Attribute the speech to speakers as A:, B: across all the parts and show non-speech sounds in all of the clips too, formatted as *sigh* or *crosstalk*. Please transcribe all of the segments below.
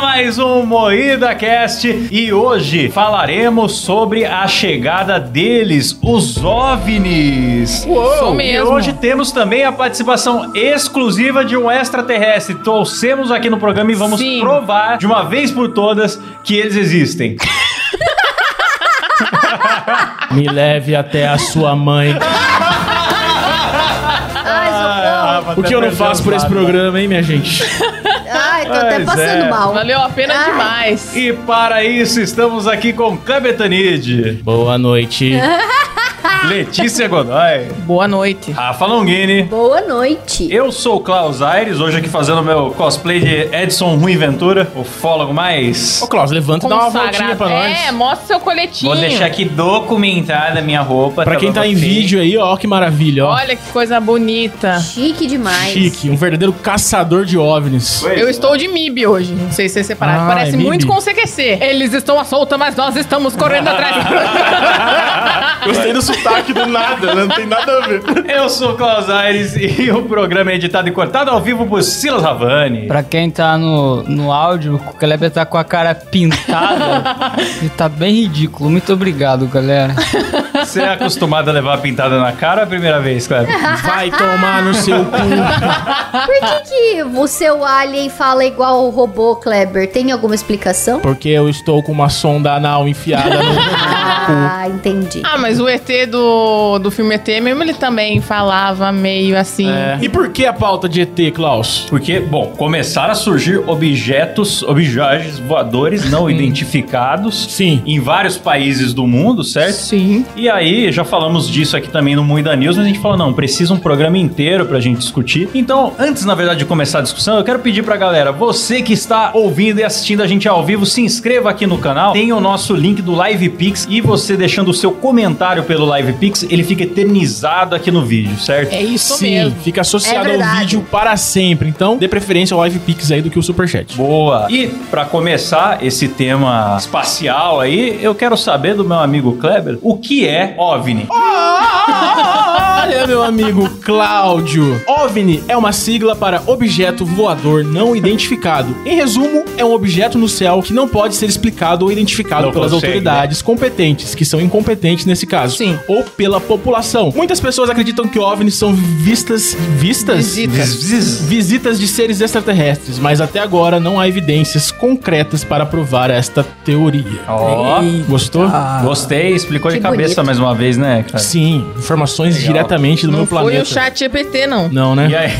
A: mais um Moída Cast e hoje falaremos sobre a chegada deles, os OVNIs.
B: Uou!
A: E
B: mesmo.
A: hoje temos também a participação exclusiva de um extraterrestre. Trouxemos aqui no programa e vamos
B: Sim.
A: provar de uma vez por todas que eles existem.
C: Me leve até a sua mãe.
D: Ai,
A: Ah,
D: socorro.
C: O que eu não faço por esse programa, hein, minha gente?
D: Ai, tô até
A: Pois
D: passando
A: é.
D: mal.
B: Valeu a pena
D: Ai.
B: demais.
A: E para isso estamos aqui com Kleber Tanid,
C: Boa noite.
B: Ah!
A: Letícia Godoy,
B: Boa noite.
A: Rafa Longini,
D: Boa noite.
A: Eu sou o Klaus Aires, hoje aqui fazendo meu cosplay de Edson Ruim Ventura, o fólogo mais.
B: Um
C: Ô, Klaus, levanta e dá uma voltinha pra nós.
B: É, mostra seu coletinho.
A: Vou deixar aqui documentada a minha roupa.
C: Pra quem tá em
A: você.
C: vídeo aí, ó, que maravilha, ó.
B: Olha que coisa bonita.
D: Chique demais.
C: Chique, um verdadeiro caçador de OVNIs.
A: Pois
B: Eu
A: é.
B: estou de MIB hoje. Não sei se vocês separaram.
C: Ah,
B: Parece
C: é MIB?
B: muito com o CQC. Eles estão à solta, mas nós estamos correndo atrás.
E: Gostei do sotaque do nada, né? não tem nada a ver.
A: Eu sou o Klaus Aires e *laughs* o programa é editado e cortado ao vivo por Silas Ravani.
F: Pra quem tá no, no áudio, o Kleber tá com a cara pintada.
C: *laughs*
F: Ele tá bem ridículo. Muito obrigado, galera.
A: Você é acostumado a levar a pintada na cara é a primeira vez, Kleber?
C: Vai tomar no seu cu.
D: Por que, que o seu alien fala igual o robô, Kleber? Tem alguma explicação?
C: Porque eu estou com uma sonda anal enfiada no cu.
D: Ah, entendi.
B: *laughs* ah, mas o ET do, do filme ET mesmo, ele também falava meio assim.
C: E por que a pauta de ET, Klaus?
A: Porque, bom, começaram a surgir objetos, objetos voadores não identificados
C: Sim.
A: em vários países do mundo, certo?
B: Sim.
A: E aí, já falamos disso aqui também no Muita News, mas a gente falou, não, precisa um programa inteiro pra gente discutir. Então, antes, na verdade, de começar a discussão, eu quero pedir pra galera, você que está ouvindo e assistindo a gente ao vivo, se inscreva aqui no canal, tem o nosso link do Live Pix e você deixando o seu comentário pelo Live Pix, ele fica eternizado aqui no vídeo, certo?
B: É isso
C: Sim,
B: mesmo.
C: fica associado
D: É
C: ao
D: verdade.
C: vídeo para sempre. Então, dê preferência ao Live Pix aí do que o Superchat.
A: Boa! E pra começar esse tema espacial aí, eu quero saber do meu amigo Kleber o que é OVNI.
C: Olha, meu amigo Cláudio. OVNI é uma sigla para Objeto Voador Não Identificado. Em resumo, é um objeto no céu que não pode ser explicado ou identificado
A: Não
C: pelas
A: consegue, né?
C: autoridades competentes, que são incompetentes nesse caso.
B: Sim.
C: Ou pela população. Muitas pessoas acreditam que OVNIs são vistas... Vistas?
B: Visitas.
C: Vis- Visitas de seres extraterrestres, mas até agora não há evidências concretas para provar esta teoria.
A: Ó.
C: Gostou?
B: Ah.
A: Gostei, explicou de
D: Que
A: cabeça
D: bonito.
A: mais uma vez, né, cara?
C: Sim, informações
A: Legal.
C: diretamente do
B: Não
C: meu
B: foi
C: planeta.
B: o chat EPT, não.
C: Não, né?
A: E aí,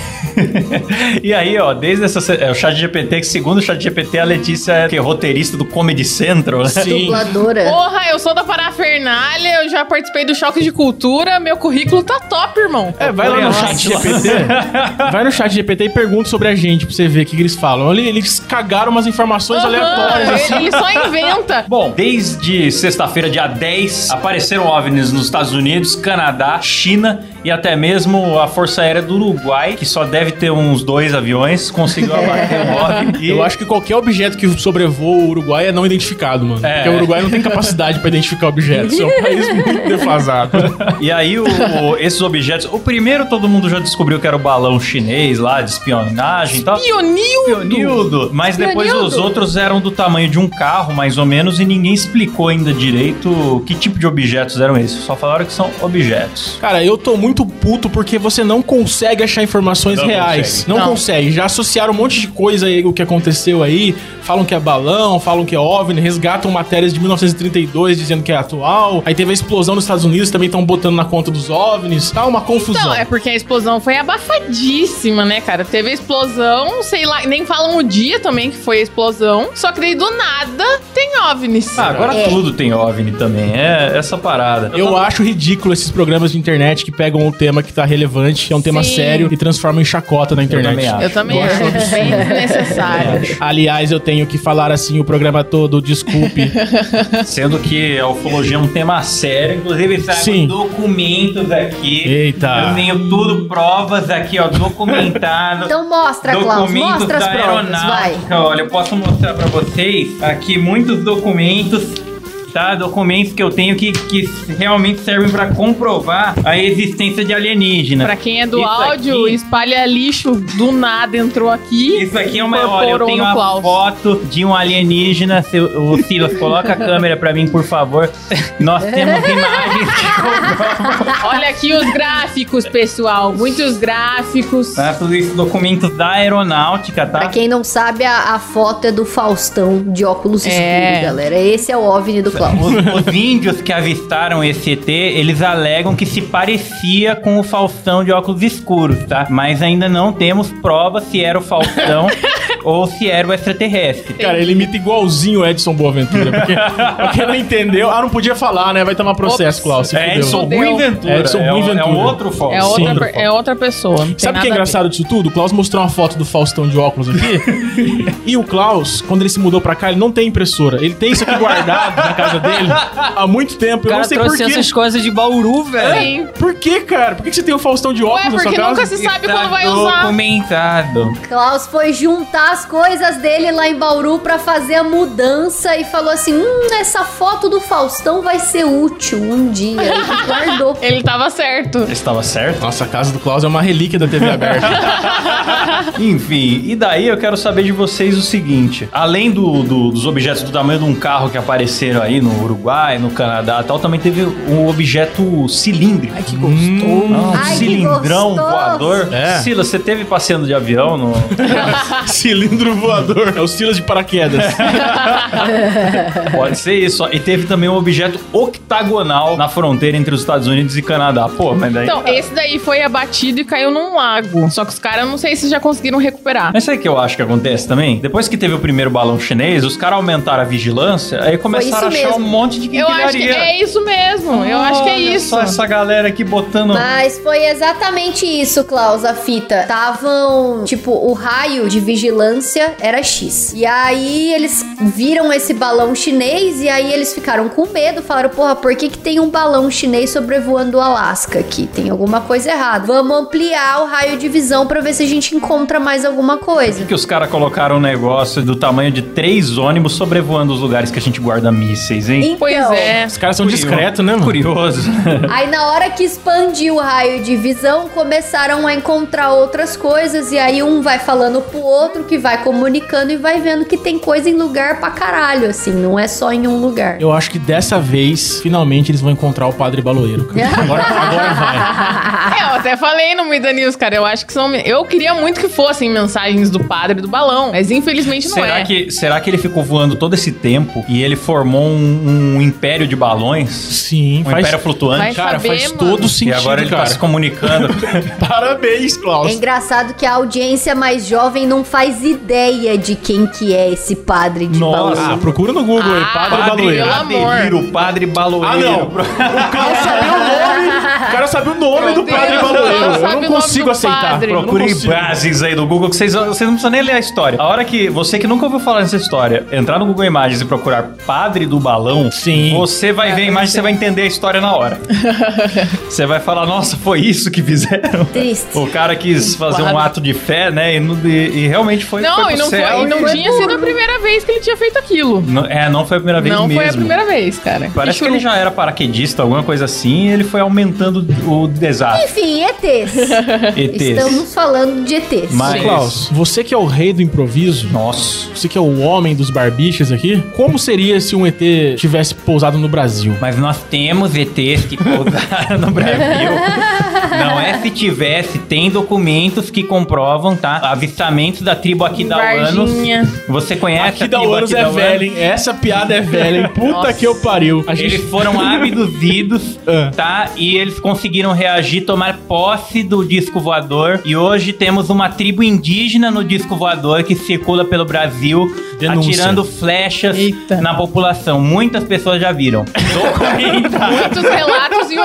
A: *laughs* e aí, ó, desde essa. se- É o chat GPT, que segundo o chat GPT, a Letícia é que é roteirista do Comedy Central, né?
C: Sim.
D: Dubladora.
B: Porra, eu sou da parafernália, eu já participei do Choque de Cultura, meu currículo tá top, irmão.
C: É, vai lá no
A: Nossa.
C: chat *laughs* GPT.
D: *laughs*
C: vai no chat GPT e pergunta sobre a gente pra você ver o que, que eles falam. Ele- Eles cagaram umas informações aleatórias.
B: Aham,
C: assim.
B: ele, ele só inventa.
A: Bom, desde sexta-feira, dia 10, apareceram OVNIs nos Estados Unidos, Canadá, China e até mesmo a Força Aérea do Uruguai, que só deve ter uns dois aviões,
C: *laughs*
A: conseguiu abater um OVNI. E
C: Eu acho que qualquer objeto que sobrevoa o Uruguai é não identificado, mano.
A: É.
C: Porque o Uruguai não tem capacidade pra identificar objetos. É um país muito defasado. *laughs*
A: E aí, o- o- esses objetos. O primeiro todo mundo já descobriu que era o balão chinês lá, de espionagem e tal.
B: Pionil!
A: Pionildo. Mas depois
B: Pionildo.
A: os outros eram do tamanho de um carro, mais ou menos, e ninguém explicou ainda direito que tipo de objetos eram esses. Só falaram que são objetos.
C: Cara, eu tô muito puto porque você não consegue achar informações
A: Não
C: reais.
A: consegue.
C: Não,
B: Não.
C: consegue. Já associaram um monte de coisa aí, o que aconteceu aí. Falam que é balão, falam que é OVNI, resgatam matérias de 1932 dizendo que é atual. Aí teve a explosão nos Estados Unidos, também estão botando na conta dos OVNIs. Tá uma confusão.
B: Não, é porque a explosão foi abafadíssima, né, cara? Teve a explosão, sei lá, nem falam o dia também que foi a explosão. Só que daí do nada tem OVNIs.
A: Ah, agora
D: É.
A: tudo tem OVNI também. É essa parada.
C: Eu acho ridículo esses programas de internet que pegam um tema que tá relevante, que é um tema
B: Sim.
C: sério, e transformam em chacota na internet.
A: também acho.
B: eu também
C: eu acho
B: acho bem
C: *laughs*
B: desnecessário.
C: Aliás, eu tenho que falar assim o programa
B: *laughs*
C: todo, desculpe.
A: Sendo que a ufologia é um tema sério. Inclusive, eles trago
C: Sim.
A: documentos aqui.
C: Eita.
A: Eu tenho tudo provas aqui, ó, documentado.
D: Então *laughs* mostra, Klaus.
A: documentos
D: Mostra as
A: da
D: provas, vai.
F: tá?
A: aeronáutica. Olha, eu posso mostrar pra vocês aqui muitos documentos
G: tá? Documentos que eu tenho que, que realmente servem pra comprovar a existência de alienígena.
B: Pra quem é do
G: Isso
B: áudio,
G: aqui-
B: espalha lixo do nada, entrou aqui.
G: Isso aqui é uma olha, eu
B: incorporou
G: tenho
B: no
G: uma
B: Klaus.
G: foto de um alienígena. Se, o Silas, coloca a câmera pra mim, por favor. Nós temos imagens
B: *laughs*
G: que comprovam.
B: Olha aqui os gráficos, pessoal. Muitos gráficos.
G: Tá? Tudo isso documentos da aeronáutica, tá?
D: Pra quem não sabe, a, a foto é do Faustão de óculos
B: É.
D: escuros, galera. Esse é o OVNI do Klaus.
G: Os, os índios que avistaram esse ET, eles alegam que se parecia com o Faustão de óculos escuros, tá? Mas ainda não temos prova se era o Faustão ou se era o extraterrestre.
C: Cara, ele imita igualzinho o Edson
B: *laughs*
C: Boaventura. Porque pra quem não entendeu. Ah, não podia falar, né? Vai tomar processo,
B: Ops.
C: Klaus. se
A: É
C: fudeu.
A: Edson
B: Fudeu.
A: Rui Ventura.
C: Edson
A: é,
C: Rui
A: o-
C: Ventura.
A: É o outro foco.
B: É
C: sim,
B: outra,
C: outra
B: per- é outra pessoa. não tem
C: Sabe o que
B: nada a
C: é
B: ver.
C: engraçado disso tudo? O Klaus mostrou uma foto do Faustão de óculos
B: *laughs*
C: aqui. e o Klaus, quando ele se mudou pra cá, ele não tem impressora. Ele tem isso aqui guardado na
B: *laughs*
C: casa dele há muito tempo.
F: O
C: Eu não
F: cara
C: sei por
F: trouxe
C: quê.
F: essas coisas de Bauru, velho.
B: Sim.
C: Por que, cara? Por que que você tem o Faustão de
B: Ué,
C: óculos na
B: porque
C: sua
B: nunca
C: casa?
B: se sabe
G: Está
B: quando vai usar.
G: Documentado.
D: Klaus foi juntar as coisas dele lá em Bauru pra fazer a mudança e falou assim: hum, essa foto do Faustão vai ser útil um dia. E guardou.
B: Ele tava certo.
A: Estava certo?
C: Nossa, a casa do Klaus é uma relíquia da
B: *laughs*
C: TV aberta.
A: Enfim, e daí eu quero saber de vocês o seguinte: além do- do- dos objetos do tamanho de um carro que apareceram aí no Uruguai, no Canadá e tal, também teve um objeto cilíndrico. Ai, que gostoso! um
D: Ai, que
A: cilindrão
D: gostoso.
A: voador.
C: É.
A: Silas, você teve passeando de avião no.
C: Cilindro voador. É o Silas de paraquedas.
A: Pode ser isso. E teve também um objeto octagonal na fronteira entre os Estados Unidos e Canadá. Pô, mas daí.
B: Então, esse daí foi abatido e caiu num lago. Só que os caras, não sei se já conseguiram recuperar.
A: Mas sabe o que eu acho que acontece também? Depois que teve o primeiro balão chinês, os caras aumentaram a vigilância, aí começaram a
D: isso
A: achar
D: mesmo.
A: um monte de
B: Eu acho que
A: quinquilharia.
B: é isso mesmo. Eu acho que é
A: Olha
B: isso.
A: Só essa galera aqui botando.
D: Mas foi exatamente isso, Klaus, a fita. Tavam, tipo, o raio de vigilância era X. E aí eles viram esse balão chinês e aí eles ficaram com medo, falaram, porra, por que que tem um balão chinês sobrevoando o Alasca aqui? Tem alguma coisa errada. Vamos ampliar o raio de visão pra ver se a gente encontra mais alguma coisa.
A: Que os caras colocaram um negócio do tamanho de três ônibus sobrevoando os lugares que a gente guarda mísseis, hein?
D: Então,
B: Pois é.
C: Os caras são discretos,
B: Então.
C: né, mano?
A: Curioso.
B: *laughs*
D: Aí na hora que expandiu o raio de visão, começaram a encontrar outras coisas e aí um vai falando pro outro, que vai comunicando e vai vendo que tem coisa em lugar pra caralho, assim, não é só em um lugar.
C: Eu acho que dessa vez, finalmente, eles vão encontrar o Padre Baloeiro. Cara. Agora,
B: *laughs*
C: agora vai.
B: É, eu até falei no Muida News, cara. Eu acho que são. Eu queria muito que fossem mensagens do padre do balão, mas infelizmente não
A: será,
B: é.
A: que, será que ele ficou voando todo esse tempo e ele formou um, um império de balões?
C: Sim,
A: Um império flutuante?
B: Vai
C: Cara,
B: saber,
C: faz
B: mano.
C: todo
A: E
C: sentido,
A: agora ele
C: cara.
A: tá se comunicando.
C: *laughs* Parabéns,
D: *laughs* É
C: Klaus.
D: engraçado que a audiência mais jovem não faz ideia de quem que é esse padre de
A: Nossa,
C: Ah,
D: Bauru.
C: procura no Google aí,
B: Então, Ah,
C: Padre
B: *laughs* Padre
C: Baloeiro.
B: Baloeiro. Pelo amor. é
A: Adeliro, padre baloeiro.
C: Ah,
A: *laughs*
C: não. O Klaus sabia o nome. Ah, O cara sabia o nome do
B: Meu
C: Padre
B: Deus, o
C: Baloeiro.
B: Klaus sabe
C: Eu não
B: o nome do
C: consigo aceitar.
B: padre.
C: Procura
A: Procurem
C: em base.
A: bases aí do Google, que vocês, vocês não precisam nem ler a história. A hora que você que nunca ouviu falar dessa história, entrar no Google Imagens e procurar Padre do Balão,
C: Sim.
A: você vai ver a imagem, você vai entender a história na
B: *laughs*
A: hora. você vai falar, nossa, foi isso que fizeram?
D: Triste.
A: O cara quis fazer um
B: Claro.
A: ato de fé, né? E, não- e- e realmente foi
B: Não,
A: foi
B: e
A: pro
B: não, foi,
A: céu
B: e não
A: e-
B: tinha sido a primeira vez que ele tinha feito aquilo.
A: Não- É, não foi a primeira vez
B: não
A: mesmo.
B: foi a primeira vez, cara.
A: Parece que é um
B: Juro.
A: ele já era paraquedista, alguma coisa assim, e ele foi aumentando o desastre.
D: Enfim, ETs.
A: ETs.
D: *laughs* Estamos falando de ETs.
A: Mas-
C: Mas, Klaus, você que é o rei do improviso,
A: Nossa.
C: você que é o homem dos barbichas aqui, como seria se um ET tivesse pousado no Brasil?
G: Mas nós temos ETs que pousaram no Brasil. Não é se tivesse, tem documentos que comprovam, tá? Avistamentos da tribo
A: um
G: Aquidauanos.
B: Varginha.
G: Você conhece
C: Aqui da Uranus é velha, hein? Essa piada é velha, hein? Puta
B: Nossa.
C: que eu pariu. A gente...
G: Eles foram abduzidos,
C: *laughs* Ah.
G: tá? E eles conseguiram reagir, tomar posse do disco voador. E hoje temos uma tribo indígena no disco voador que circula pelo Brasil,
C: Denúncia.
G: atirando flechas
B: Eita.
G: na população. Muitas pessoas já
B: *laughs*
G: viram. Documentado.
B: Muitos relatos e o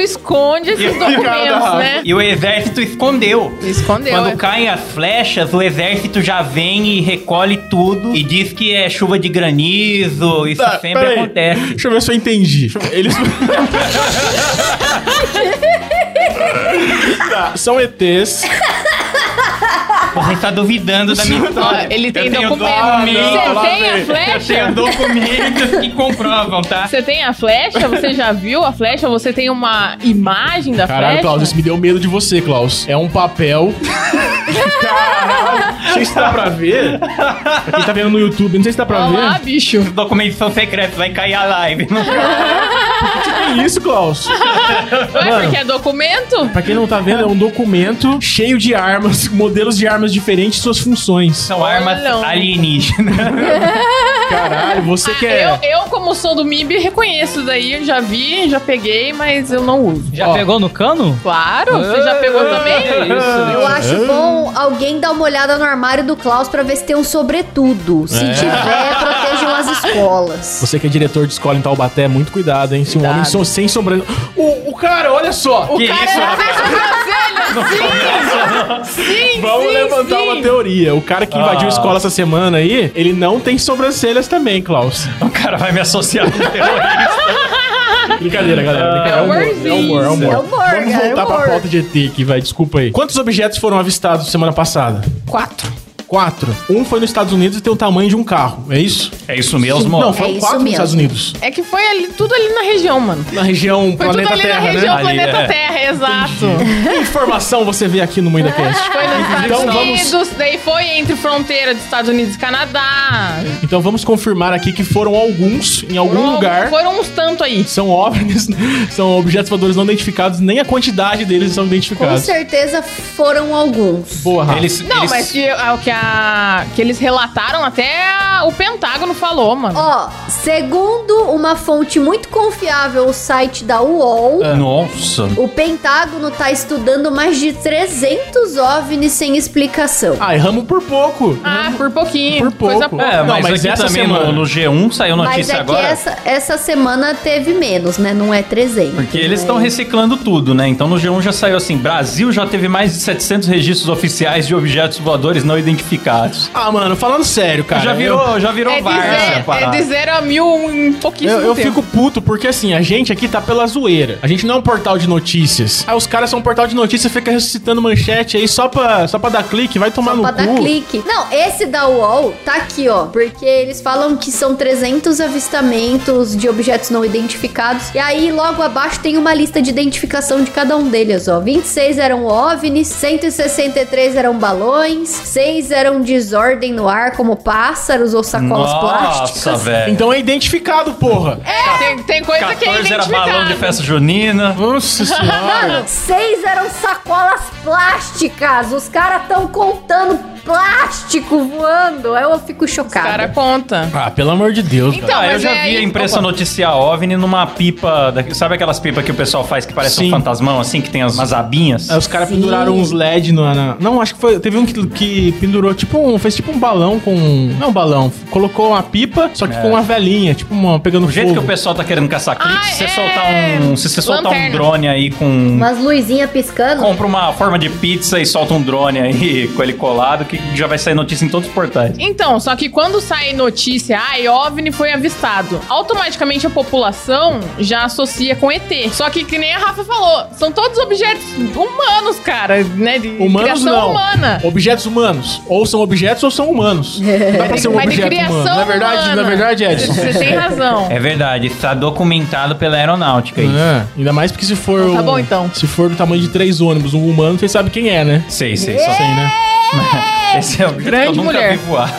A: *laughs*
B: esconde esses documentos, né?
G: E o exército escondeu.
B: Escondeu.
G: Quando
B: é.
G: caem as flechas, o exército já vem e recolhe tudo e diz que é chuva de granizo. Isso
C: Tá,
G: sempre
C: peraí.
G: acontece.
C: Deixa eu ver se eu entendi. Deixa eu ver. Eles. Tá, São ETs
G: Você está duvidando da minha história.
B: Ele tem
G: Eu tenho
B: documento.
G: documentos.
B: Você tem a
G: Eu tenho
B: flecha?
G: documentos que comprovam, tá?
B: Você tem a flecha? Você já viu a flecha? Você tem uma imagem da
C: Caralho,
B: flecha?
C: Klaus, isso me deu medo de você, Klaus. É um papel. Caralho, não sei se dá pra ver. Pra Quem tá vendo no YouTube, não sei se dá pra
B: Olha lá,
C: ver.
B: bicho.
G: Os documentos são secretos, vai cair a live.
C: Que é isso, Klaus?
B: Ué, porque é documento?
C: Pra quem não tá vendo, é um documento cheio de armas, modelos de armas diferentes e suas funções.
G: São armas
B: Olha.
G: alienígenas.
C: Caralho, você que
B: Eu,
C: é.
B: eu, como sou do MIB, reconheço daí. Eu já vi, já peguei, mas eu não uso.
F: Já
C: Ó.
F: pegou no cano?
B: Claro, você já pegou
C: Ah,
G: É
B: também?
F: Que isso.
D: Eu
C: é?
D: acho bom alguém dar uma olhada no armário do Klaus pra ver se tem um sobretudo. Se
C: É.
D: tiver, protejam as escolas.
C: Você que é diretor de escola em Taubaté, muito cuidado, hein? Se um homem so- sem sombra. O, o cara, olha só!
G: que isso, rapaz?
B: Sim,
C: Vamos
B: sim,
C: levantar
B: sim.
C: uma teoria. O cara que invadiu a escola essa semana aí, ele não tem sobrancelhas também, Klaus.
A: O cara vai me associar com o terror.
C: Brincadeira, galera.
B: É
C: Brincadeira. É Ah, humor, é humor, é humor.
D: É humor,
C: Vamos
D: cara, é
C: voltar pra
D: humor.
C: pauta de ET aqui, vai. Desculpa aí. Quantos objetos foram avistados semana passada?
B: Quatro.
C: Quatro. Um foi nos Estados Unidos e tem o tamanho de um carro. É isso?
A: É isso mesmo?
C: Não, foram
D: É isso
C: quatro nos
D: mesmo.
C: Estados Unidos.
B: É que foi ali, tudo ali na região, mano.
C: Na região
B: Foi
C: planeta
B: tudo ali
C: Terra,
B: na região
C: né?
B: planeta
A: Ali, é.
B: Terra, exato.
C: Que informação você vê aqui no
B: *laughs*
C: Moída Cast?
B: Foi nos Estados
C: Então
B: Unidos, daí foi entre fronteira dos Estados Unidos e Canadá.
C: Então vamos confirmar aqui que foram alguns em algum
B: Foram-
C: Um lugar.
B: Foram uns tanto aí.
C: São OVNIs, *laughs* são objetos voadores não identificados, nem a quantidade deles são
D: Com
C: identificados.
D: certeza foram alguns.
C: Boa, Rafa.
A: Eles,
B: Não,
A: eles-
B: mas que, ah, o que, a, que eles relataram até a- o Pentágono falou,
C: Oh.
B: mano.
D: Ó, segundo uma fonte muito confiável, o site da UOL,
C: É.
A: Nossa.
D: o Pentágono tá estudando mais de 300 OVNIs sem explicação.
C: Ah, erramos por pouco.
B: Ah, por pouquinho.
C: Por pouco.
B: Coisa pouca.
A: É,
C: Não,
A: mas,
C: mas
A: aqui
C: essa
A: também
C: semana.
A: no, no G1 saiu
C: Ah,
D: Mas
A: notícia
D: é que
A: agora.
D: essa, essa semana teve menos, né? Não é 300.
A: Porque eles estão reciclando tudo, né? Então no G1 já saiu assim: Brasil já teve mais de 700 registros oficiais de objetos voadores não identificados.
C: Ah, mano, falando sério, cara.
A: já virou, já virou
B: É de,
A: VAR essa
B: zero, é
A: parada.
B: de zero a mil em
C: Eu,
B: pouquíssimo
C: eu, eu
B: tempo.
C: fico puto porque assim, a gente aqui tá pela zoeira. A gente não é um portal de notícias. Ah, os caras são um portal de notícias, fica ressuscitando manchete aí só pra, só pra dar clique, vai tomar
D: Só
C: no
D: pra dar
C: cu.
D: clique. Não, esse da UOL tá aqui, ó. Porque eles falam que são 300 avistamentos de objetos não identificados. E aí, logo abaixo, tem uma lista de identificação de cada um deles, ó. 26 eram OVNIs, 163 eram balões, 6 eram desordem no ar, como pássaros ou sacolas
A: Nossa,
D: plásticas.
A: velho.
C: Então é identificado, porra. É.
B: Tem, tem coisa que é
A: 14 era balão de
B: identificada.
A: festa junina.
C: Nossa senhora.
D: Mano, seis eram sacolas plásticas. Os caras tão contando plástico voando. Aí eu fico
B: O cara
D: chocada.
B: conta.
C: ah, pelo amor de Deus,
B: Então,
C: cara.
A: Ah, eu
B: mas
A: já
B: é
A: vi a
B: aí-
A: imprensa
B: Opa.
A: noticiar OVNI numa pipa, da- sabe aquelas pipas que o pessoal faz que parece
C: Sim. É
A: um fantasmão, assim, que tem as, umas abinhas?
C: Aí os caras
D: Sim.
C: penduraram uns LED na, na- Não, acho que foi. Teve um que, que pendurou tipo um. Fez tipo um balão com. Não um balão. Colocou uma pipa, só que com uma velhinha, tipo uma pegando
A: O É. jeito
C: fogo.
A: que o pessoal tá querendo caçar clipe,
B: Ah,
A: se você
B: é.
A: soltar um. Se você soltar um
B: Lanterna.
A: drone aí com.
D: Umas luzinhas piscando.
A: Compra uma forma de pizza e solta um drone aí *laughs* com ele colado, que já vai sair notícia em todos os portais.
B: Então, só que quando sai notícia, ai, OVNI foi avistado, automaticamente a população já associa com ET. Só que, que nem a Rafa falou, são todos objetos humanos, cara, né? De
C: Humanos
B: criação
C: não.
B: humana.
C: Objetos humanos. Ou são objetos ou são humanos.
B: *laughs*
C: Não Dá pra ser um
B: Mas de
C: objeto
B: criação
C: humano. Na verdade,
B: humana.
C: na
B: *laughs*
C: verdade, Edson.
B: Você tem razão.
G: É verdade, está documentado pela aeronáutica isso.
C: É, ainda mais porque se for.
B: Então tá
C: um-
B: bom, então.
C: Se for do tamanho de três ônibus, um humano, vocês sabem quem é, né?
A: Sei, sei, só sei.
C: Sim, né?
A: Esse é o grande que eu
B: Grande
A: nunca
B: mulher.
A: vi
B: É.
A: voar.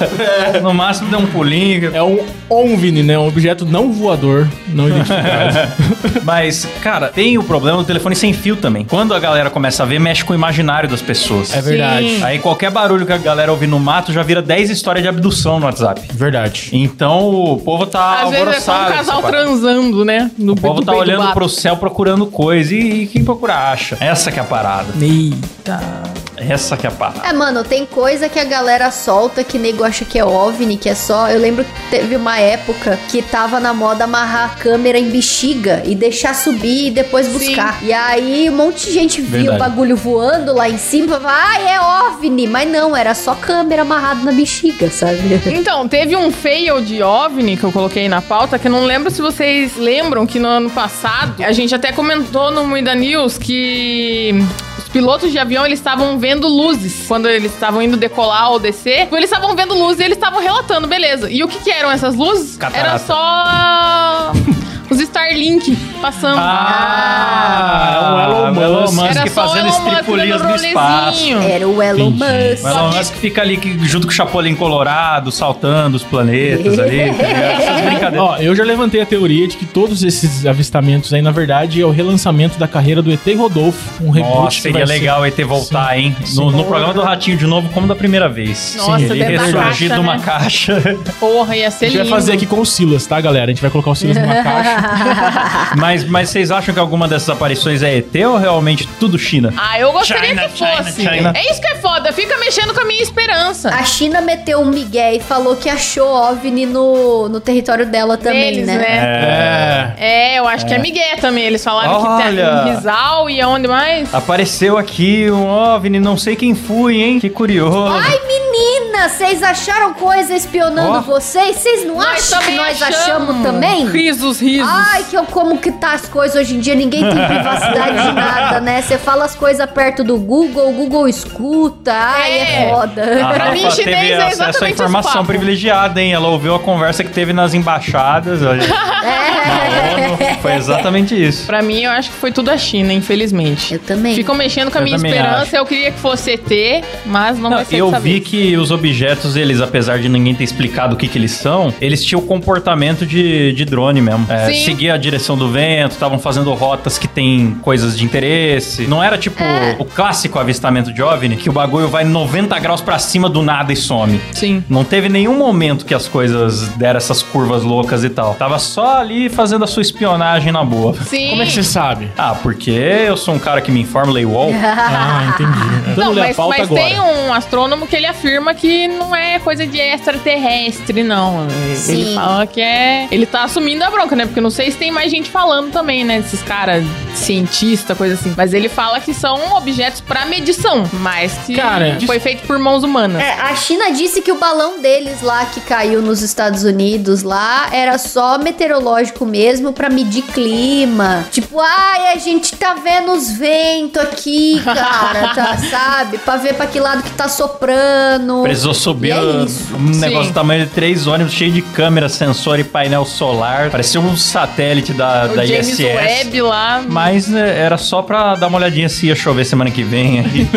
A: No máximo deu um pulinho.
C: É um OVNI, né? Um objeto não voador,
A: *laughs*
C: não identificado.
A: Mas, cara, tem o problema do telefone sem fio também. Quando a galera começa a ver, mexe com o imaginário das pessoas.
C: é verdade.
B: Sim.
A: Aí qualquer barulho que a galera ouvir no mato já vira 10 histórias de abdução no WhatsApp.
C: Verdade.
A: Então o povo tá
B: Às vezes é só um
A: alvoroçado.
B: casal
A: com essa parada.
B: transando, né? No
A: o povo
B: do
A: tá
B: peito do
A: olhando
B: mato.
A: pro céu procurando coisa e, e quem procura acha. Essa que é a parada.
F: Eita.
A: Essa que é a parada.
D: É, mano, tem coisa que a galera solta que nego acha que é OVNI, que é só. Eu lembro que teve uma época que tava na moda amarrar a câmera em bexiga e deixar subir e depois buscar. E aí um monte de gente viu
A: Verdade.
D: o bagulho voando lá em cima e falava, ah, é OVNI. Mas não, era só câmera amarrada na
B: *laughs*
D: bexiga, sabe?
B: Então, teve um fail de OVNI que eu coloquei na pauta, que eu não lembro se vocês lembram que no ano passado, a gente até comentou no Muida News que os pilotos de avião, eles estavam vendo luzes. Quando eles estavam indo decolar ou descer, Então, eles estavam vendo luzes e eles estavam relatando, beleza. E o que que eram essas luzes?
A: Catarata.
B: Era só... Os Starlink passando.
A: Ah, é o Elon Musk
B: Era só o
A: fazendo
B: Elon Musk
A: estripulias no
B: dando
A: espaço.
B: rolezinho.
D: Era o Elon
A: Entendi.
D: Musk.
A: O Elon Musk fica ali que- junto com o Chapolin Colorado, saltando os planetas
B: *laughs*
A: ali. tá ligado? Essas brincadeiras.
C: Ó, eu já levantei a teoria de que todos esses avistamentos aí, na verdade, é o relançamento da carreira do ET Rodolfo. Um reboot.
A: Nossa,
C: que
A: seria
C: vai ser-
A: legal ET voltar, hein? No, no programa do Ratinho de novo, como da primeira vez.
B: Nossa,
A: ele
B: dentro da
A: ressurgir
B: caixa,
A: numa
B: né?
A: caixa.
B: Porra, ia ser
C: A gente
B: lindo.
C: vai fazer aqui com o Silas, tá, galera? A gente vai colocar o Silas
B: *laughs*
C: numa caixa.
A: mas, mas vocês acham que alguma dessas aparições é ET ou realmente tudo China?
B: Ah, eu gostaria
A: China,
B: que
A: China,
B: fosse.
A: China.
B: É isso que é foda, fica mexendo com a minha esperança.
D: A China meteu um migué e falou que achou OVNI no, no território dela também,
B: Deles,
D: né?
C: É.
B: É, eu acho que é Miguel também. Eles falaram que
A: Olha.
B: tá em Rizal e aonde mais?
A: Apareceu aqui um OVNI, não sei quem fui, hein? Que curioso.
D: Ai, menina, vocês acharam coisa espionando
A: Ó.
D: vocês? Vocês não acham que nós achamos também?
B: Risos, risos.
F: Ah!
D: Ai, que eu como que tá as coisas hoje em dia, ninguém tem privacidade de nada, né? Você fala as coisas perto do Google, o Google escuta, ai, é,
B: É.
D: foda.
A: A
B: Pra mim,
A: Rafa
B: chinês
A: teve
B: é
A: acesso à
B: exatamente esse
A: informação
B: papo.
A: privilegiada, hein? Ela ouviu a conversa que teve nas embaixadas. Olha,
D: É.
A: foi exatamente isso.
B: Pra mim, eu acho que foi tudo a China, infelizmente.
D: Eu também.
B: Ficam mexendo com a
A: Eu
B: minha
A: também
B: esperança.
A: acho.
B: Eu queria que fosse ET, mas não,
A: Não,
B: vai ser
A: eu
B: dessa
A: vi
B: vez.
A: que os objetos, eles, apesar de ninguém ter explicado o que, que eles são, eles tinham o comportamento de, de drone mesmo. É,
B: Sim.
A: seguia a direção do vento, estavam fazendo rotas que tem coisas de interesse. Não era tipo
B: É.
A: o clássico avistamento de OVNI, que o bagulho vai 90 graus pra cima do nada e some.
B: Sim.
A: Não teve nenhum momento que as coisas deram essas curvas loucas e tal. Tava só ali fazendo a sua espionagem na boa.
B: Sim.
C: Como é que
B: *laughs*
C: você sabe?
A: Ah, porque eu sou um cara que me informa, lei wall.
C: Ah, entendi. Então
B: Não,
C: lê a
B: mas,
C: pauta
B: mas
C: agora.
B: tem um astrônomo que ele afirma que não é coisa de extraterrestre, não. Ele
D: Sim.
B: fala que é. Ele tá assumindo a bronca, né? Porque eu não sei se tem mais gente falando também, né? Esses caras cientista, coisa assim. Mas ele fala que são objetos pra medição, mas que
C: Cara,
B: foi feito por mãos humanas.
D: É, a China disse que o balão deles lá que caiu nos Estados Unidos lá era só meteorológico mesmo pra medir clima. Tipo, ai, a gente tá vendo os ventos aqui, cara, tá, sabe? Pra ver pra que lado que tá soprando.
A: Precisou subir
D: E é
A: um
D: isso.
A: negócio
B: Sim.
A: do tamanho de três ônibus cheio de câmera, sensor e painel solar. Parecia um satélite da,
B: o
A: da
B: James
A: ISS.
B: Webb lá.
A: Mas né, era só pra dar uma olhadinha se ia chover semana que
B: *laughs*
A: vem. aí.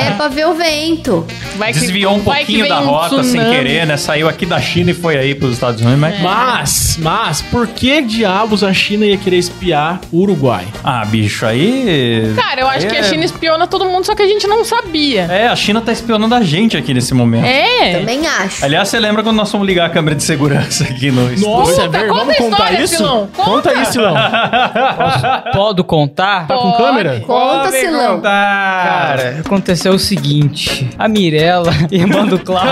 D: É, pra ver o vento.
B: Vai É que-
A: *laughs* Desviou um
B: vai que
A: pouquinho
B: vem
A: da
B: um
A: rota sem
B: tsunami. É.
A: querer, né? Saiu aqui da China e foi aí pros Estados Unidos, mas...
C: Mas, mas, por que diabos a China ia querer espiar o Uruguai?
A: Ah, bicho, aí...
B: Cara, eu acho
A: Aí
B: que
A: é-
B: a China espiona todo mundo, só que a gente não sabia.
A: É, a China tá espionando a gente aqui nesse momento.
B: É.
D: Também acho.
A: Aliás, você lembra quando nós fomos ligar a câmera de segurança aqui no estúdio?
C: Nossa,
B: Puta,
C: é verdade.
B: conta
C: Vamos
B: a
C: contar
B: história,
C: isso?
B: Silão,
C: Conta
B: conta.
C: isso, Silão.
F: Podo contar?
C: Tá com
B: Pode.
C: câmera?
D: Conta,
A: Pode
D: Silão.
B: tá-
A: contar.
F: Cara, aconteceu o seguinte: a Mirella, *laughs* irmã do Klaus,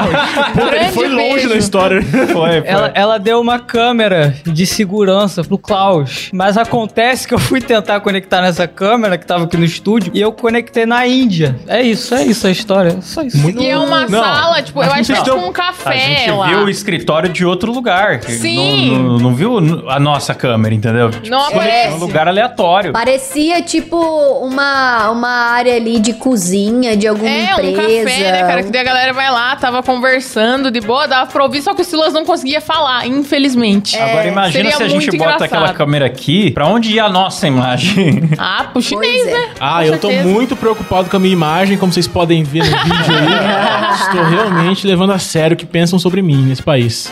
C: Pô, ele
B: um Grande
C: foi longe
B: beijo.
C: na história.
A: *laughs* Foi, foi.
F: ela, ela deu uma câmera de segurança pro Klaus. Mas acontece que eu fui tentar conectar nessa câmera que tava aqui no estúdio e eu conectei na Índia. É isso, é isso a história. É só isso.
B: E é uma
C: Não.
B: sala, tipo, eu
C: Mas
B: acho que é
C: vocês
B: tipo
C: dão-
B: um café
A: a gente
B: lá.
A: viu o escritório de outro lugar. que
B: Sim.
A: Não, não- não viu a nossa câmera, entendeu? Tipo,
B: Não
A: é um
B: aparece.
A: lugar aleatório.
D: Parecia tipo uma, uma área ali de cozinha de alguma
B: É, um
D: empresa.
B: café, né, cara? Que daí a galera vai lá, tava conversando de boa, dava pra ouvir, só que o Silas não conseguia falar, infelizmente.
D: É.
A: Agora imagina
B: seria
A: se a gente
B: muito
A: bota
B: engraçado.
A: aquela câmera aqui, pra onde ia a nossa
B: *laughs*
A: imagem?
B: Ah, pro chinês,
D: Pois é.
B: né?
C: Ah,
B: Com
C: eu tô
B: certeza.
C: muito preocupado com a minha imagem, como vocês podem ver no
B: *laughs*
C: vídeo aí. Estou realmente levando a sério o que pensam sobre mim nesse país.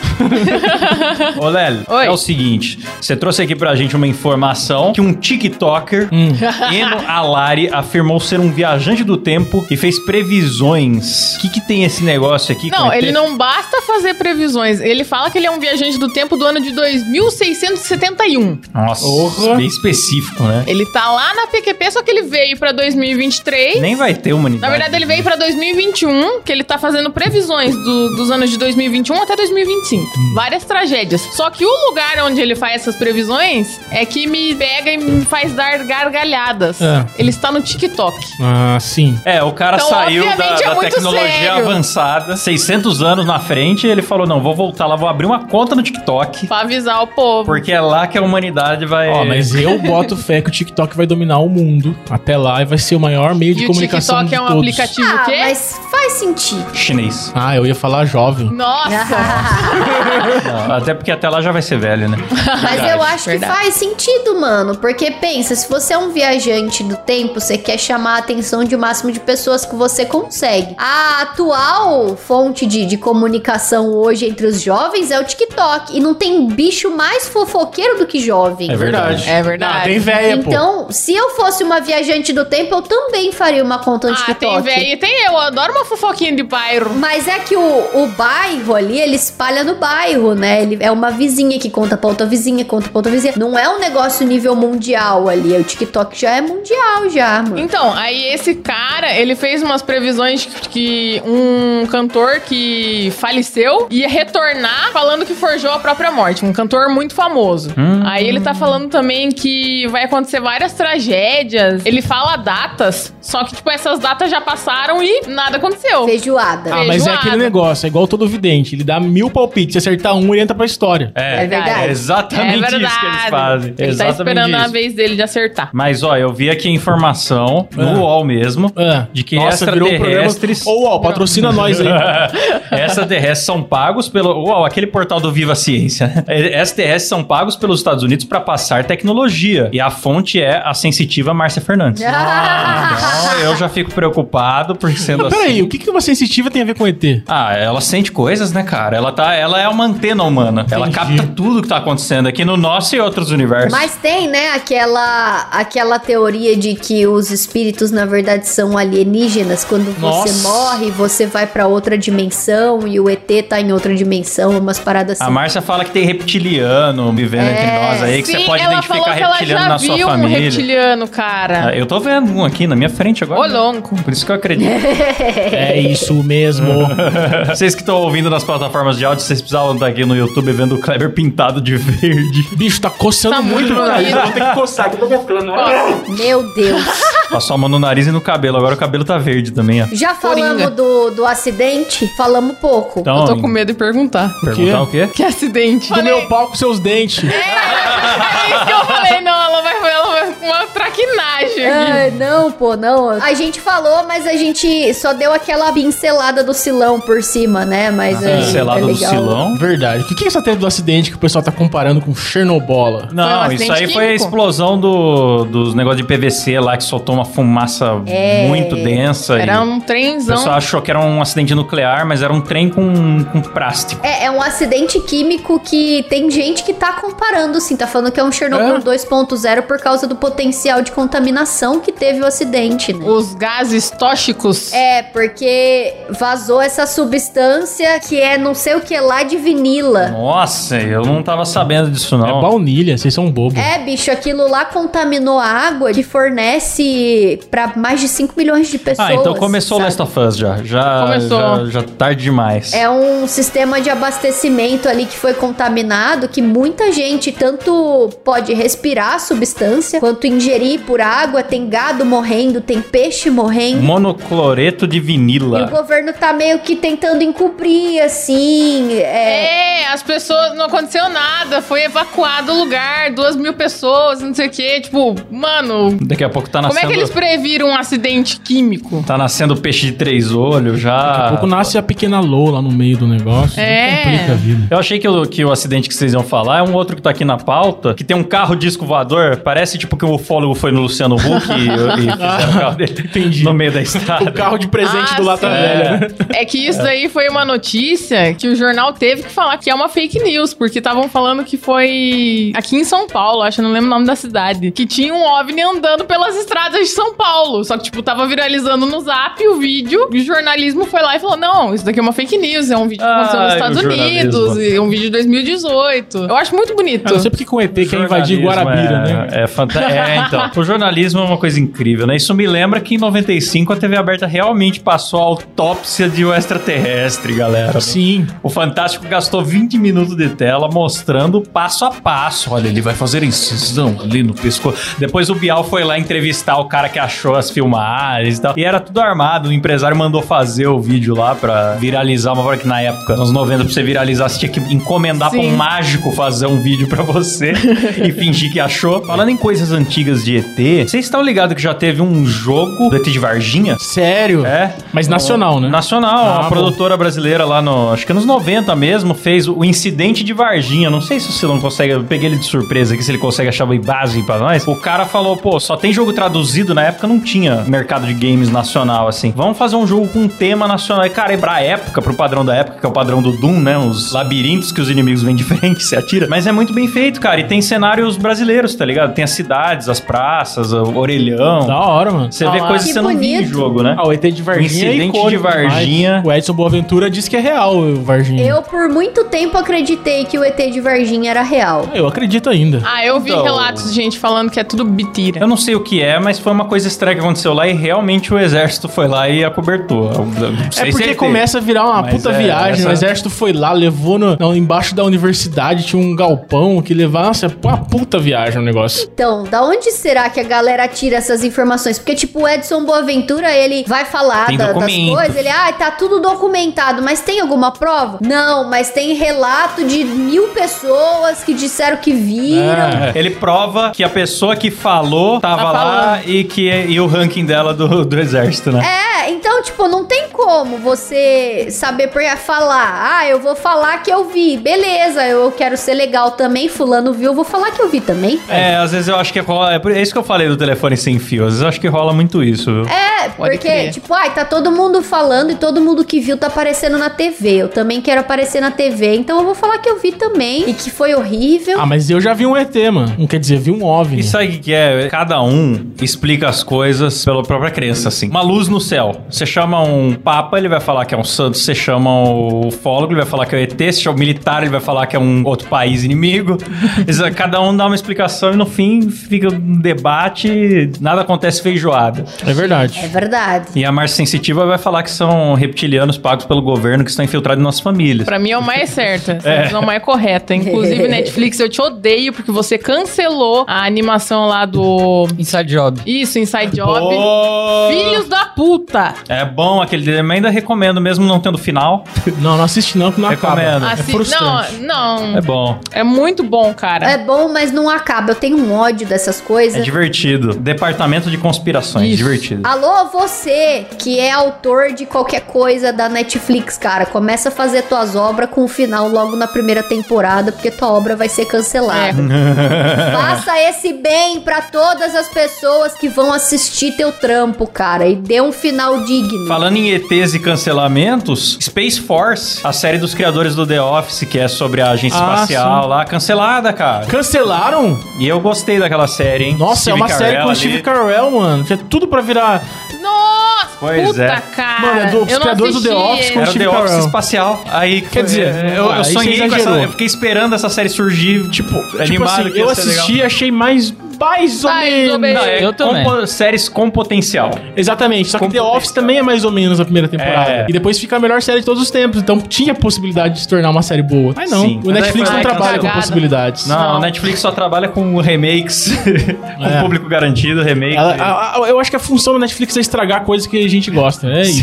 A: Ô, Lélio,
B: Oi.
A: é o seguinte, você trouxe aqui pra gente uma informação que um tiktoker,
B: Hum.
A: Eno Alari, afirmou ser um viajante do tempo e fez previsões. O que que tem esse negócio aqui? é com
B: Não,
A: ET?
B: ele não basta fazer previsões. Ele fala que ele é um viajante do tempo do ano de 2671.
A: Nossa,
C: Porra.
A: bem específico, né?
B: Ele tá lá na PQP, só que ele veio pra 2023.
A: Nem vai ter humanidade.
B: Na verdade, ele veio pra 2021, que ele tá fazendo previsões do- dos anos de 2021 até 2025. Várias tragédias. Só que o lugar onde ele faz essas previsões é que me pega e me faz dar gargalhadas.
C: É.
B: Ele está no TikTok.
C: Ah, sim.
A: É, o cara
B: Então,
A: saiu da,
B: obviamente, é
A: da
B: muito
A: tecnologia
B: sério.
A: avançada, 600 anos na frente, e ele falou: Não, vou voltar lá, vou abrir uma conta no TikTok.
B: Pra avisar o povo.
A: Porque Porque é lá que a humanidade vai.
B: É.
C: Ó, mas eu
B: *laughs*
C: boto fé que o TikTok vai dominar o mundo até lá e vai ser o maior meio de
B: E o
C: comunicação
B: TikTok
C: de
B: é um
C: todos.
B: aplicativo o
D: Ah,
B: quê?
D: mas faz sentido.
B: *laughs*
A: Chinês.
C: Ah, eu ia falar jovem.
D: Ah,
B: Nossa!
A: Não, Até porque até lá já vai ser velho, né?
D: Mas eu acho que
B: verdade.
D: faz sentido, mano. Porque pensa, se você é um viajante do tempo, você quer chamar a atenção de o máximo de pessoas que você consegue. A atual fonte de, de comunicação hoje entre os jovens é o TikTok. E não tem bicho mais fofoqueiro do que jovem.
A: É verdade.
B: é
C: Ah,
B: verdade.
C: tem véia, pô.
D: Então, se eu fosse uma viajante do tempo, eu também faria uma conta no
B: ah, tem
D: TikTok.
B: velho e tem eu. eu Adoro uma fofoquinha de bairro.
D: Mas é que o, o bairro ali, ele espalha no bairro, né? Ele é uma vizinha que conta pra outra vizinha, conta pra outra vizinha. Não é um negócio nível mundial ali. O TikTok já é mundial, já, mano.
B: Então, aí esse cara, ele fez umas previsões que- que um cantor que faleceu ia retornar falando que forjou a própria morte. Um cantor muito famoso.
A: Hum.
B: Aí ele tá falando também que vai acontecer várias tragédias. Ele fala datas, só que, tipo, essas datas já passaram e nada aconteceu.
D: Feijoada.
C: Ah, mas é
B: Feijoada.
C: aquele negócio, é igual todo vidente. Ele dá mil palpites, se acertar um, ele entra pra história.
D: É verdade.
A: É exatamente isso que eles fazem.
B: Ele tá
A: exatamente
B: esperando a
A: isso.
B: vez dele de acertar.
A: Mas ó, eu vi aqui a informação
C: Ah.
A: no UOL mesmo
C: Ah.
A: de que
C: Nossa, virou um programa...
A: extraterrestres.
C: Ou, ó, patrocina nós
A: *laughs*
C: aí. *laughs*
A: extraterrestres são pagos pelo. Uau, aquele portal do Viva Ciência. *laughs* né? Extraterrestres são pagos pelos Estados Unidos para passar tecnologia. E a fonte é a sensitiva Márcia
D: *laughs*
A: Fernandes.
B: Ah,
A: Então eu já fico preocupado por sendo
C: Mas
A: assim.
C: peraí, o que, que uma sensitiva tem a ver com ET?
A: Ah, ela sente coisas, né, cara? Ela, tá, ela é uma antena humana. Ela
C: Entendi.
A: capta tudo que tá acontecendo aqui no nosso e outros universos.
D: Mas tem, né, aquela, aquela teoria de que os espíritos, na verdade, são alienígenas. Quando
C: Nossa.
D: você morre, você vai pra outra dimensão e o ET tá em outra dimensão, umas paradas
A: A
C: Ah,
D: assim.
A: Márcia fala que tem reptiliano vivendo entre nós aí, que você pode
B: É, ela
A: identificar
B: falou que ela
A: reptiliano
B: já
A: na
B: viu
A: sua
B: um
A: família.
B: reptiliano, cara.
A: Ah, Eu tô vendo um aqui na minha frente agora.
B: Ô, louco.
A: Por isso que eu acredito.
C: É isso mesmo. *laughs*
A: vocês que estão ouvindo nas plataformas de áudio, vocês precisavam estar aqui no YouTube vendo o Kleber pintado de verde.
C: Bicho, tá coçando
B: Tá
C: muito
A: *laughs*
B: muito
C: meu nariz.
B: bonito.
C: Eu vou ter que coçar aqui. *laughs*
D: Meu Deus.
A: Passou a mão no nariz e no cabelo. Agora o cabelo tá verde também, ó.
D: Já
B: Coringa.
D: falamos do, do acidente? Falamos pouco.
A: Então,
B: Eu tô com medo de perguntar.
A: perguntar o quê?
B: Que acidente.
C: Do meu pau com seus dentes.
B: É isso que eu falei, não, ela vai ela vai com uma traquinagem aqui.
D: Ai, não, pô, não. A gente falou, mas a gente só deu aquela pincelada do silão por cima, né? Mas é,
A: Ah, Pincelada
D: é
A: do
D: legal.
A: Silão.
C: Verdade. O que, que é essa teve do acidente que o pessoal tá comparando com Chernobola?
A: Não,
B: acidente
A: isso aí foi a
B: químico?
A: explosão do, dos negócios de PVC lá que soltou uma fumaça
D: É.
A: muito densa. e-
B: Era um
A: O pessoal
B: trenzão.
A: achou que era um acidente nuclear, mas era um trem com, com plástico.
D: É, é um acidente químico que tem gente que tá comparando, assim, tá falando que é um Chernobyl
C: É?
D: 2.0 por causa do potencial de contaminação que teve o acidente, né?
B: Os gases tóxicos.
D: É, porque vazou essa substância que é não sei o que lá de vinila.
A: Nossa, eu não tava sabendo disso, não.
C: É baunilha, vocês são bobos.
D: É, bicho, aquilo lá contaminou a água que fornece pra mais de 5 milhões de pessoas.
A: ah, então começou o
D: sabe?
A: Last of Us já. Já,
B: Começou.
A: já, já tarde demais.
D: É um sistema de abastecimento ali que foi contaminado, que muita gente tanto pode respirar a substância, quanto ingerir por água, tem gado morrendo, tem peixe morrendo.
A: Monocloreto de
D: E o
A: vinila.
D: governo tá meio que tentando encobrir, assim. É,
B: É, as pessoas, não aconteceu nada, foi evacuado o lugar, duas mil pessoas, não sei o quê. Tipo, mano,
A: Daqui a pouco tá
B: como é
A: nascendo.
B: que eles previram um acidente químico?
A: Tá nascendo peixe de três olhos já.
C: Daqui a pouco nasce a pequena Lou lá no meio do negócio.
B: É.
C: Complica
A: *laughs*
C: a vida.
A: Eu achei que o, que o acidente que vocês iam falar é um outro que tá aqui na pauta, que tem um carro disco voador. Parece tipo que o ufólogo foi no Luciano Huck e,
C: *laughs*
A: e fizeram o carro dele
C: Entendi.
A: no meio da estrada.
C: O carro de presente
B: Ah,
C: do Lata
B: sim.
C: Velha.
B: É que isso daí foi uma notícia que o jornal teve que falar que é uma fake news, porque estavam falando que foi aqui em São Paulo, acho, eu não lembro o nome da cidade, que tinha um OVNI andando pelas estradas de São Paulo. Só que, tipo, tava viralizando no zap o vídeo, e o jornalismo foi lá e falou: não, isso daqui é uma fake news, é um vídeo que aconteceu nos
A: Ai,
B: Estados
A: o jornalismo.
B: Unidos, e é um vídeo de 2018. Eu acho muito bonito.
C: Eu não sei porque que o ET quer invadir
A: jornalismo
C: Guarabira,
A: é-
C: né?
A: É fantástico. É, então. O jornalismo é uma coisa incrível, né? Isso me lembra que em 95 a TV aberta realmente passou a autópsia de um extraterrestre, galera.
C: Sim.
A: O Fantástico gastou 20 minutos de tela mostrando passo a passo. Olha, ele vai fazer incisão ali no pescoço. Depois o Bial foi lá entrevistar o cara que achou as filmagens e tal. E era tudo armado. O empresário mandou fazer o vídeo lá pra viralizar. Uma hora que na época, nos 90, pra você viralizar, você tinha que encomendar pra um
B: Sim.
A: mágico fazer um vídeo pra você e fingir que achou. Falando em coisas antigas de ET, vocês estão ligados que já teve um jogo do ET de Varginha?
C: Sério?
A: É.
C: Mas nacional, né?
A: Nacional,
C: Ah,
A: uma
C: bom.
A: produtora brasileira lá no. Acho que nos 90 mesmo, fez o incidente de Varginha. Não sei se o Silão consegue. Eu peguei ele de surpresa aqui, se ele consegue achar o base pra nós. O cara falou, pô, só tem jogo traduzido. Na época não tinha mercado de games nacional, assim. Vamos fazer um jogo com um tema nacional. E, cara, e pra época, pro padrão da época, que é o padrão do Doom, né? Os labirintos que os inimigos vêm de *laughs* frente, se atira. Mas é muito bem feito, cara. E tem cenários brasileiros, tá ligado? Tem as cidades, as praças, o orelhão.
C: Da hora, mano.
A: Você
B: Da
A: vê
B: hora.
A: coisas que
D: Que
A: você não via em
D: bonito.
A: jogo, né?
C: Ah, o ET de Varginha. é
A: incidente
C: icônico
A: de Varginha.
C: demais. O Edson Boaventura disse que é real o Varginha.
D: Eu, por muito tempo, acreditei que o ET de Varginha era real.
C: Ah, eu acredito ainda.
B: Ah, eu vi
A: Então-
B: relatos de gente falando que é tudo bitira.
A: Eu não sei o que é, mas foi uma coisa estranha que aconteceu lá e realmente o exército foi lá e acobertou. Eu não sei
C: É
A: se
C: porque
A: ele
C: começa a virar uma
A: Mas
C: puta
A: é,
C: viagem.
A: essa-
C: O exército foi lá, levou no, não, embaixo da universidade, tinha um galpão que levava. Nossa, é uma puta viagem o negócio.
D: Então, da onde será que a galera tira essas informações? Porque, tipo, o Edson Boaventura, ele vai falar
A: Tem
D: da- das
A: documento.
D: coisas, ele, ah, tá tudo documentado, mas tem alguma prova? Não, mas tem relato de mil pessoas que disseram que viram.
A: teve. É, Ele prova que a pessoa que falou tava
B: Tá
A: lá
B: falando.
A: e que é- e o ranking dela do, do exército, né?
D: É, então, tipo, não tem como você saber por falar. Ah, eu vou falar que eu vi. Beleza, eu quero ser legal também. Fulano viu, eu vou falar que eu vi também.
A: É, às vezes eu acho que rola. É por isso que eu falei do telefone sem fio. Às vezes eu acho que rola muito isso, viu?
D: É,
B: Pode
D: porque,
B: crer.
D: tipo, ai, tá todo mundo falando e todo mundo que viu tá aparecendo na TV. Eu também quero aparecer na TV, então eu vou falar que eu vi também e que foi horrível.
C: Ah, mas eu já vi um ET, mano. Não quer dizer, vi um OVNI.
A: E sabe o que que é? Cada um explica as coisas pela própria crença, assim. Uma luz no céu. Você chama um papa, ele vai falar que é um santo. Você chama o ufólogo, ele vai falar que é o ET. Você chama o militar, ele vai falar que é um outro país inimigo. *laughs* Isso, Cada um dá uma explicação e no fim fica um debate, nada acontece feijoada.
C: É verdade.
D: É verdade.
A: E a Marcia Sensitiva vai falar que são reptilianos pagos pelo governo que estão infiltrados em nossas famílias.
B: Pra mim é o mais certo. Essa visão é mais correta. Inclusive, Netflix, eu te odeio porque você cancelou a animação lá do.
F: Inside Job.
B: Isso, Inside
C: É
B: Job.
A: Pô!
B: Filhos da puta!
A: É bom aquele desenho, mas ainda recomendo, mesmo não tendo final.
C: Não, não assiste não, que não
A: Recomendo.
C: acaba.
B: Assim,
C: É frustrante.
B: não, não.
A: É bom.
B: É muito bom, cara.
D: É bom, mas não acaba. Eu tenho um ódio dessas
A: É
D: coisas.
A: divertido. Departamento de conspirações,
B: Isso.
C: Ah,
A: divertido.
D: Alô, você que é autor de qualquer coisa da Netflix, cara, começa a fazer tuas obras com o final logo na primeira temporada, porque tua obra vai ser cancelada.
B: É.
D: Faça esse bem pra todas as pessoas que vão assistir teu trampo, cara, e dê um final digno.
A: *laughs* Falando em ETs e cancelamentos, Space Force, a série dos criadores do The Office, que é sobre a agência
C: Ah,
A: espacial lá, cancelada, cara.
C: Cancelaram?
A: E eu gostei daquela série, hein?
C: Nossa, é
A: Steve
C: uma série
A: Carell
C: com o
A: ali.
C: Steve Carell, mano. Tinha tudo pra virar.
B: Nossa,
A: Pois
B: puta,
A: é.
B: cara.
C: Mano, é do- os
B: Eu não
C: criadores do The
B: assisti
C: Office
B: ele.
C: com
A: Era o
C: Steve
A: The Office
C: Carell.
A: espacial. Aí,
C: Quer dizer,
A: é, eu,
C: ah,
A: eu
C: aí você
A: sonhei com essa.
C: exagerou.
A: Eu fiquei esperando essa série surgir, tipo,
C: Tipo
A: animado
C: assim,
A: que
C: eu
A: ia ser legal.
C: assisti e achei mais... Mais ou
B: Mais ou
C: menos.
B: menos.
A: Não, é
F: Eu
A: com
F: também.
A: po- séries com potencial.
C: Exatamente, só que The Office também é mais ou menos a primeira temporada.
A: É.
C: E depois fica a melhor série de todos os tempos. Então tinha a possibilidade de se tornar uma série boa. Mas não,
A: Sim. Mas
C: o
A: aí
C: Netflix
A: foi
C: não
B: lá e
C: trabalha com
B: é cagada.
C: possibilidades.
A: Não,
B: Não.
A: a Netflix só trabalha com remakes, *laughs* com
C: É.
A: público garantido, remake.
C: Ela- a- a- eu acho que a função da Netflix é estragar coisas que a gente gosta. É isso.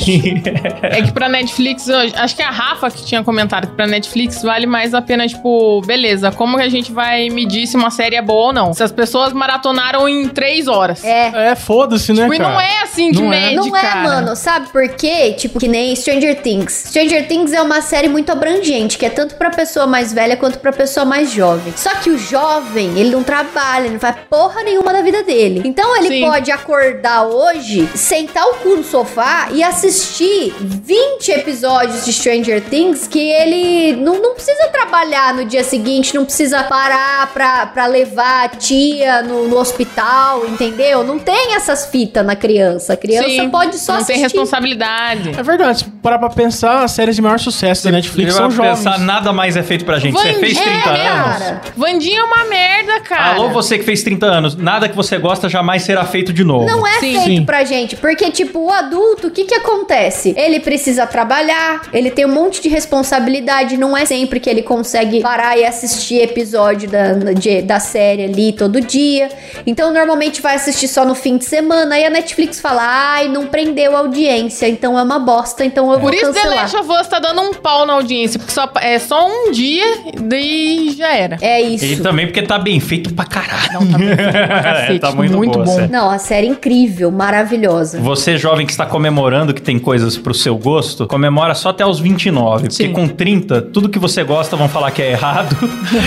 B: É que pra Netflix, eu- acho que a Rafa que tinha comentado que pra Netflix vale mais a pena, tipo, beleza, como que a gente vai medir se uma série é boa ou não? Se as pessoas maratonaram em três horas.
D: É.
C: É, foda-se, né,
B: Tipo,
C: cara?
B: e não é assim de
C: Não é.
B: média,
D: Não é,
B: cara.
D: mano, sabe por quê? Tipo, que nem Stranger Things. Stranger Things é uma série muito abrangente, que é tanto pra pessoa mais velha quanto pra pessoa mais jovem. Só que o jovem, ele não trabalha, ele não faz porra nenhuma da vida dele. Então ele
B: Sim.
D: pode acordar hoje, sentar o cu no sofá e assistir 20 episódios de Stranger Things que ele não, não precisa trabalhar no dia seguinte, não precisa parar pra, pra levar a tia no, no hospital, entendeu? Não tem essas fitas na criança. A criança
B: Sim,
D: pode só
B: Não tem
D: assistir.
B: responsabilidade.
C: É verdade. parar pra pensar, as séries de maior sucesso da Netflix são
A: vai
C: jovens.
A: pensar, nada mais é feito pra gente. Você fez 30 anos?
D: cara.
B: Vandinha é uma merda, é, cara.
A: Alô, você que fez 30 anos, nada que você gosta jamais será feito de novo.
D: Não é
B: Sim.
D: feito
C: Sim.
D: pra gente, porque, tipo, o adulto, o que que acontece? Ele precisa trabalhar, ele tem um monte de responsabilidade, não é sempre que ele consegue parar e assistir episódio da, de- da série ali todo dia. Então, normalmente vai assistir só no fim de semana, aí a Netflix fala, ai, não prendeu a audiência, então é uma bosta, então eu vou
B: Por isso The
D: cancelar.
B: Last of Us tá dando um pau na audiência, porque só, é só um dia daí já era.
D: É isso.
A: E também porque tá bem feito pra caralho.
B: Não, tá bem
A: *laughs*
B: feito pra cacete,
A: É, tá muito,
B: muito
A: boa,
B: bom.
A: sério.
D: Não, a série é incrível, maravilhosa.
A: Você, jovem que está comemorando que tem coisas pro seu gosto, comemora só até os 29.
B: Sim.
A: Porque com 30, tudo que você gosta vão falar que é
B: *laughs*
A: errado.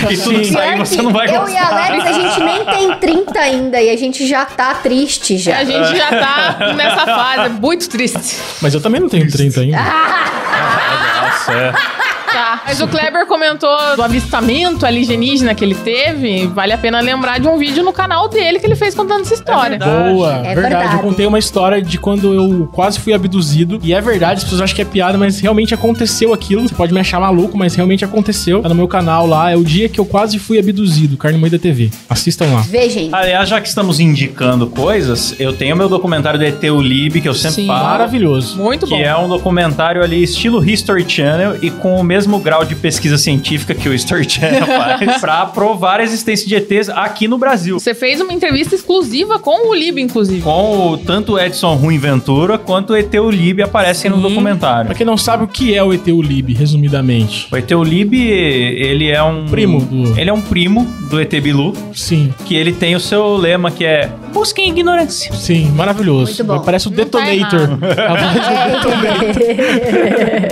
A: e tudo que sair
D: Pior
A: você
D: que
A: não vai
D: eu e a
A: gostar.
D: Alex, a gente nem tem 30 ainda e a gente já tá triste já.
B: É, A gente já
C: *laughs*
B: tá nessa fase, muito triste.
C: Mas eu também não tenho 30 ainda.
A: Nossa, é.
B: Tá. Mas o Kleber comentou do avistamento alienígena que ele teve. Vale a pena lembrar de um vídeo no canal dele que ele fez contando essa história.
C: Boa,
D: É
C: É verdade.
D: verdade.
C: Eu contei uma história de quando eu quase fui abduzido. E é verdade, as pessoas acham que é piada, mas realmente aconteceu aquilo. Você pode me achar maluco, mas realmente aconteceu. Tá no meu canal lá. É o dia que eu quase fui abduzido. Carne Moída TV. Assistam lá.
D: Vê, gente.
A: Aliás, já que estamos indicando coisas, eu tenho meu documentário do ET o Lib, que eu sempre
B: Sim.
A: falo.
C: Maravilhoso.
B: Muito bom.
A: Que é um documentário ali, estilo History Channel, e com o mesmo grau de pesquisa científica que o History Channel faz, pra provar a existência de ETs aqui no Brasil.
B: Você fez uma entrevista exclusiva com o Lib, inclusive.
A: Com o, tanto o Edson Ruim Ventura quanto o ET Lib aparecem no documentário.
C: Pra quem não sabe o que é o ET Lib, resumidamente.
A: O ET Lib, ele é um.
C: Primo do-
A: Ele é um primo do ET Bilu,
C: Sim,
A: que ele tem o seu lema que é Busquem ignorância.
C: sim, maravilhoso.
D: Muito bom.
C: Parece o
B: Não tá
C: Detonator. A voz do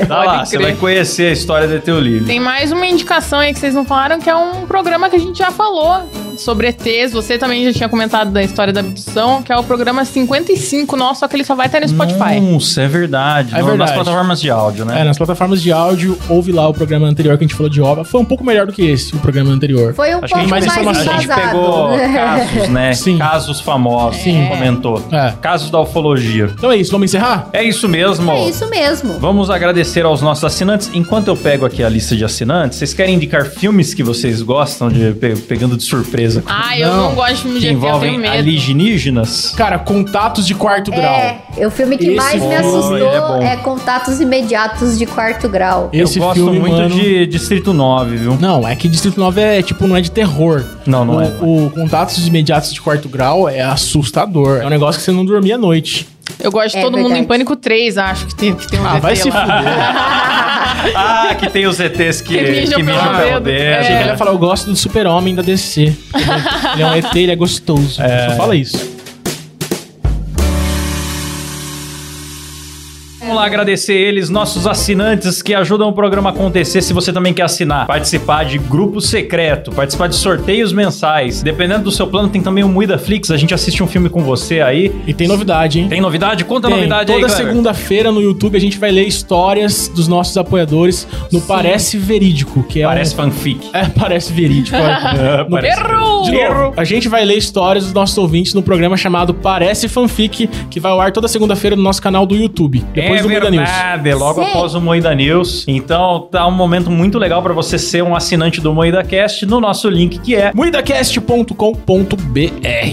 A: Tá
B: Pode
A: lá, você
B: crer.
A: vai conhecer a história do ET Lib.
B: Tem mais uma indicação aí que vocês não falaram, que é um programa que a gente já falou sobre ETs. Você também já tinha comentado da história da abdução, que é o programa 55 nosso, só que ele só vai estar no Spotify.
C: Hum.
A: Nossa, é verdade.
C: É
A: no- Nas
C: verdade.
A: plataformas de áudio, né?
C: *laughs* É, nas plataformas de áudio, ouve lá o programa anterior que a gente falou de obra. Foi um pouco melhor do que esse, o programa anterior.
D: *laughs* Foi um
A: Acho que a
D: pouco
A: gente,
D: mais
C: mais
A: a gente
C: embasado.
D: *laughs*
A: pegou
D: embasado.
A: casos, né?
C: Sim.
A: Casos famosos,
C: Sim.
A: comentou.
C: É.
A: Casos da ufologia.
C: Então é isso, vamos encerrar?
A: É isso mesmo.
D: É isso mesmo.
A: Vamos agradecer aos nossos assinantes. Enquanto eu pego aqui a lista de assinantes, vocês querem indicar filmes que vocês gostam de pe- pegando de surpresa?
B: Ah, eu não,
C: Não.
B: gosto de filme de
A: que
B: ET, eu tenho
A: envolvem
B: medo.
A: alienígenas?
C: Cara, contatos de quarto grau.
D: É, o filme que
C: Esse
D: mais me
A: bom, ele é bom.
D: assustou é Contatos Imediatos de Quarto Grau.
C: Esse
A: eu gosto
C: filme,
A: muito
C: mano...
A: de Distrito 9,
C: *laughs*
A: viu?
C: Não, é que Distrito 9 é, tipo, não é de terror.
A: Não, não
C: o,
A: é.
C: O Contatos Imediatos de Quarto Grau é assustador. É um negócio que você não dormia à noite.
B: Eu gosto de
D: É
B: Todo Mundo
D: verdade.
B: em Pânico 3, acho que tem, que tem um
C: Ah, vai se
B: lá. *laughs*
C: fuder.
A: Ah, que tem os ETs que,
B: Que mijam
A: que
B: pelo
A: mijam pelo
B: dedo.
A: dedo.
C: Achei que ele ia falar, eu gosto do super-homem da DC. Ele é um ET, ele é gostoso. Só fala isso.
A: Vamos lá agradecer eles, nossos assinantes que ajudam o programa a acontecer. Se você também quer assinar, participar de grupo secreto, participar de sorteios mensais. Dependendo do seu plano, tem também o Muida Flix. A gente assiste um filme com você aí.
C: E tem novidade, hein?
A: Tem novidade? Conta a
C: Tem.
A: novidade aí,
C: Toda
A: Kleber.
C: segunda-feira no YouTube a gente vai ler histórias dos nossos apoiadores no Parece Verídico, que é
A: Parece
C: um...
A: fanfic.
C: É, *laughs* parece
A: *laughs*
C: verídico. olha. No-
B: Errou!
C: É, De novo, a gente vai ler histórias dos nossos ouvintes no programa chamado Parece Fanfic, que vai ao ar toda segunda-feira no nosso canal do YouTube, depois
A: é
C: do Muda News.
A: verdade, logo
D: Sim.
A: após o Moída News. Então tá um momento muito legal pra você ser um assinante do Moída Cast no nosso link que é
C: muidacast.com.br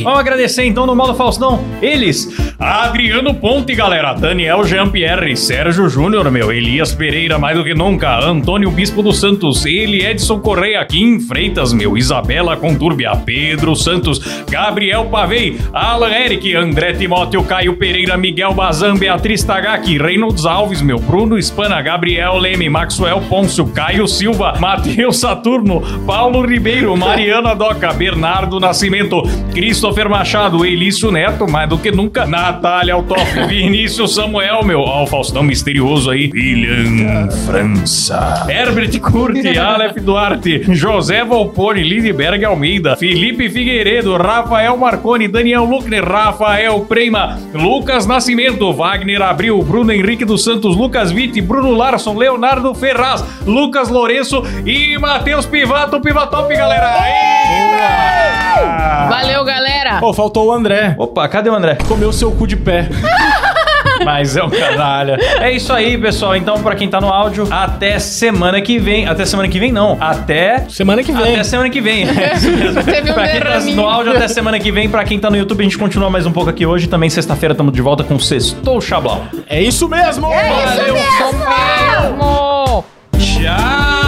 A: Vamos agradecer então no modo Faustão. Eles, Adriano Ponte, galera, Daniel Jean-Pierre, Sérgio Júnior, meu, Elias Pereira, mais do que nunca, Antônio Bispo dos Santos, ele, Edson Correia, Kim Freitas, meu, Isabela Contúrbia, Pedro Santos, Gabriel Pavei, Alan Eric, André Timóteo, Caio Pereira, Miguel Bazan, Beatriz Tagaki, Reynolds Alves, meu, Bruno Espana, Gabriel Leme, Maxwell Pôncio, Caio Silva, Matheus Saturno, Paulo Ribeiro, Mariana Doca, Bernardo Nascimento, Christopher Machado, Elício Neto, mais do que nunca, Natália Altoff, *laughs* Vinícius Samuel, meu, ó, o Faustão misterioso aí, William França, Herbert Curti, Aleph Duarte, José Volpone, Lindberg Almeida, Felipe Figueiredo, Rafael Marconi, Daniel Luckner, Rafael Prema, Lucas Nascimento, Wagner Abril, Bruno Henrique dos Santos, Lucas Vitti, Bruno Larson, Leonardo Ferraz, Lucas Lourenço e Matheus Pivato, Pivatop, galera! Aê!
B: Valeu, galera!
C: Pô, faltou o André.
A: Opa, cadê o André?
C: Comeu seu cu de pé.
A: Mas é um canalha. É isso aí, pessoal. Então, pra quem tá no áudio, até semana que vem. Até semana que vem, não. Até.
C: Semana que vem.
A: Até semana que vem. É isso mesmo.
B: Teve
A: *laughs*
B: um
A: pra quem tá
B: derraminho.
A: no áudio, até semana que vem. Pra quem tá no YouTube, a gente continua mais um pouco aqui hoje. Também sexta-feira estamos de volta com o Sextou Xablau.
C: É isso mesmo!
A: Valeu,
B: Mesmo!
A: tchau!